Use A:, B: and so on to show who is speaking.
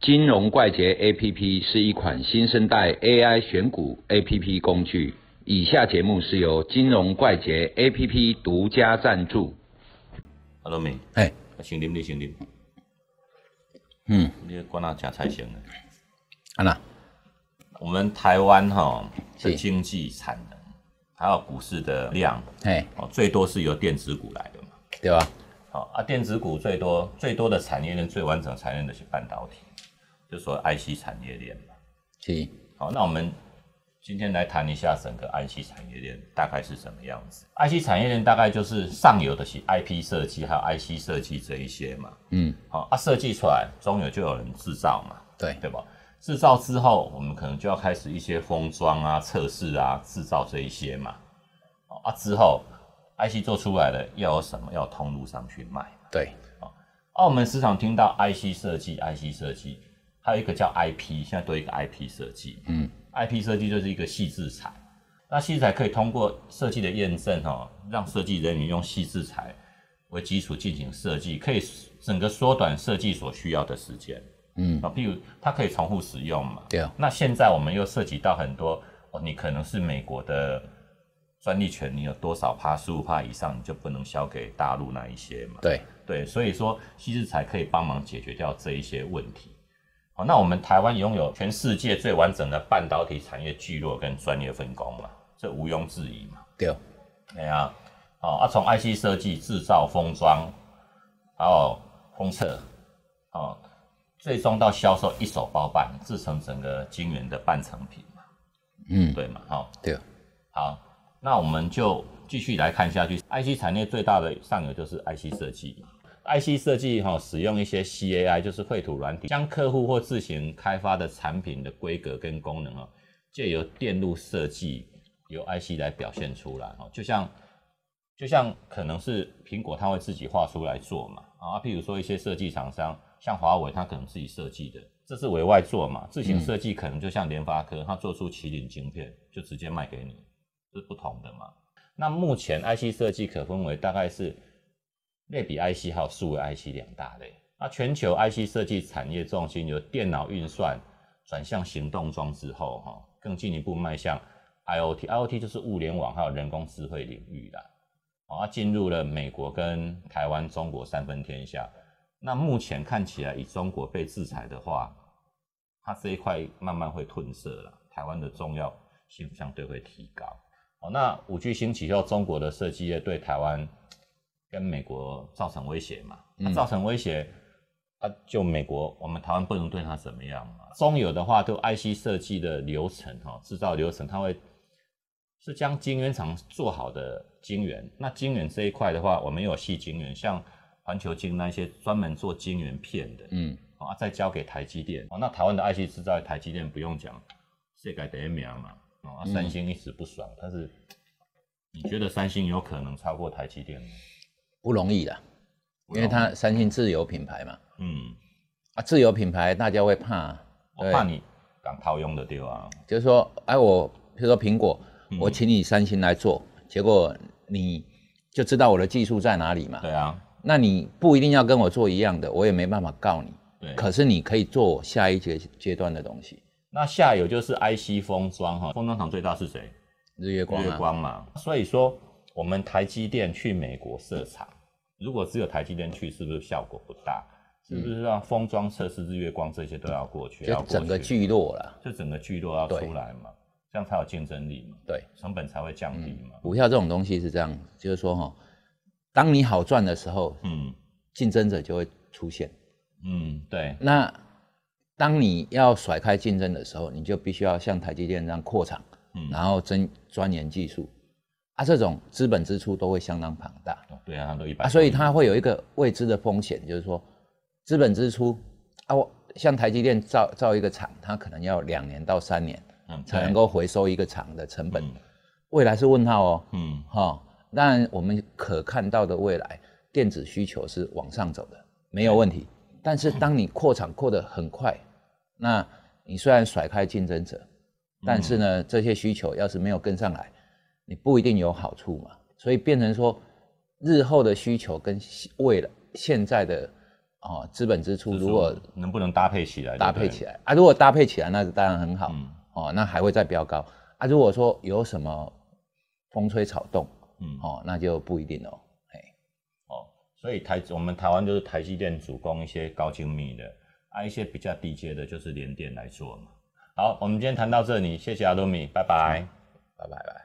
A: 金融怪杰 APP 是一款新生代 AI 选股 APP 工具。以下节目是由金融怪杰 APP 独家赞助。
B: 啊，老明，
A: 哎，
B: 啊，先啉你先啉，
A: 嗯，
B: 你管哪食菜先的？
A: 安娜，
B: 我们台湾哈、
A: 是
B: 的经济产能还有股市的量
A: 嘿，
B: 哦，最多是由电子股来的嘛。
A: 对吧？
B: 好、啊，电子股最多最多的产业链最完整的产业链就是半导体，就说 IC 产业链嘛。
A: 是，
B: 好，那我们今天来谈一下整个 IC 产业链大概是什么样子。IC 产业链大概就是上游的是 IP 设计还有 IC 设计这一些嘛。
A: 嗯，
B: 好，啊，设计出来，终有就有人制造嘛，
A: 对，
B: 对吧？制造之后，我们可能就要开始一些封装啊、测试啊、制造这一些嘛。哦啊，之后 IC 做出来了，要有什么？要有通路上去卖。
A: 对，
B: 啊，我们时常听到 IC 设计、IC 设计，还有一个叫 IP，现在多一个 IP 设计。
A: 嗯
B: ，IP 设计就是一个细制材，那细制材可以通过设计的验证哦，让设计人员用细制材为基础进行设计，可以整个缩短设计所需要的时间。
A: 嗯，
B: 啊，譬如它可以重复使用嘛。
A: 对啊，
B: 那现在我们又涉及到很多哦，你可能是美国的专利权，你有多少趴、十五趴以上，你就不能销给大陆那一些嘛。
A: 对，
B: 对，所以说西制才可以帮忙解决掉这一些问题。好，那我们台湾拥有全世界最完整的半导体产业聚落跟专业分工嘛，这毋庸置疑嘛。
A: 对，
B: 对啊，哦，啊，从 IC 设计、制造、封装，然后封测，哦，最终到销售一手包办，制成整个晶圆的半成品嘛，
A: 嗯，
B: 对嘛？好、
A: 对，
B: 好，那我们就继续来看下去。IC 产业最大的上游就是 IC 设计嘛。IC 设计哈、使用一些 CAI，就是绘图软体，将客户或自行开发的产品的规格跟功能哦，借由电路设计由 IC 来表现出来哦，就像就像可能是苹果它会自己画出来做嘛啊，譬如说一些设计厂商，像华为它可能自己设计的，这是委外做嘛，自行设计可能就像联发科，它做出麒麟晶片就直接卖给你，这是不同的嘛。那目前 IC 设计可分为大概是类比 IC 还有数位 IC 两大类。那全球 IC 设计产业重心由电脑运算转向行动装置后，哈，更进一步迈向 IOT。IOT 就是物联网还有人工智慧领域啦。哦，它进入了美国跟台湾、中国三分天下。那目前看起来，以中国被制裁的话，它这一块慢慢会褪色了，台湾的重要性相对会提高。哦，那五 G 兴起后，中国的设计业对台湾跟美国造成威胁嘛？那、
A: 嗯
B: 造成威胁，啊，就美国，我们台湾不能对它怎么样嘛？中有的话，就 IC 设计的流程哈、哦，制造流程，它会是将晶圆厂做好的晶圆。那晶圆这一块的话，我们有细晶圆，像环球晶那一些专门做晶圆片的，
A: 嗯，
B: 哦啊，再交给台积电。哦，那台湾的 IC 制造业，台积电不用讲，世界第一名嘛。哦，啊、
A: 嗯
B: 三星一直不爽，但是你觉得三星有可能超过台积电吗？
A: 不容易的，因为它三星自有品牌嘛，
B: 嗯，
A: 啊，自有品牌大家会怕，
B: 我怕你港套用的对啊吧？
A: 就是说，哎，我比如说苹果，
B: 嗯
A: 我请你三星来做，结果你就知道我的技术在哪里嘛，
B: 对啊，
A: 那你不一定要跟我做一样的，我也没办法告你。
B: 对。
A: 可是你可以做我下一阶阶段的东西，
B: 那下游就是 IC 封装哈，封装厂最大是谁？
A: 日月光
B: 月
A: 啊，
B: 光嘛。所以说，我们台积电去美国设厂，如果只有台积电去，是不是效果不大？是不是让封装测试、日月光这些都要过去？
A: 嗯
B: 要
A: 就
B: 过
A: 整个
B: 去
A: 聚落啦。
B: 就整个聚落要
A: 对
B: 出来嘛，这样才有竞争力嘛，
A: 对，
B: 成本才会降低嘛。
A: 股票这种东西是这样，就是说哈、当你好赚的时候，
B: 嗯
A: 竞争者就会出现。
B: 嗯，对，
A: 那当你要甩开竞争的时候，你就必须要像台积电这样扩厂，
B: 嗯
A: 然后增钻研技术，啊，这种资本支出都会相当庞大。
B: 哦对啊，它都一百、
A: 啊，所以它会有一个未知的风险，就是说资本支出啊，我像台积电造造一个厂，它可能要两年到三年
B: 嗯
A: 才能
B: 对
A: 够回收一个厂的成本
B: 嗯，
A: 未来是问号哦，
B: 嗯
A: 哈、当然我们可看到的未来，电子需求是往上走的，没有问题。但是当你扩厂扩得很快，那你虽然甩开竞争者，但是呢，这些需求要是没有跟上来，你不一定有好处嘛。所以变成说，日后的需求跟现未来现在的哦，资本支出
B: 就是
A: 如果
B: 能不能搭配起来？
A: 搭配起
B: 来，
A: 来啊，如果搭配起来，那当然很好、
B: 嗯
A: 哦，那还会再飙高啊。如果说有什么风吹草动
B: 嗯，
A: 哦，那就不一定哦。
B: 哦，所以台我们台湾就是台积电主攻一些高精密的，啊，一些比较低阶的，就是联电来做嘛。好，我们今天谈到这里，谢谢阿鲁米，拜拜。
A: 拜拜拜。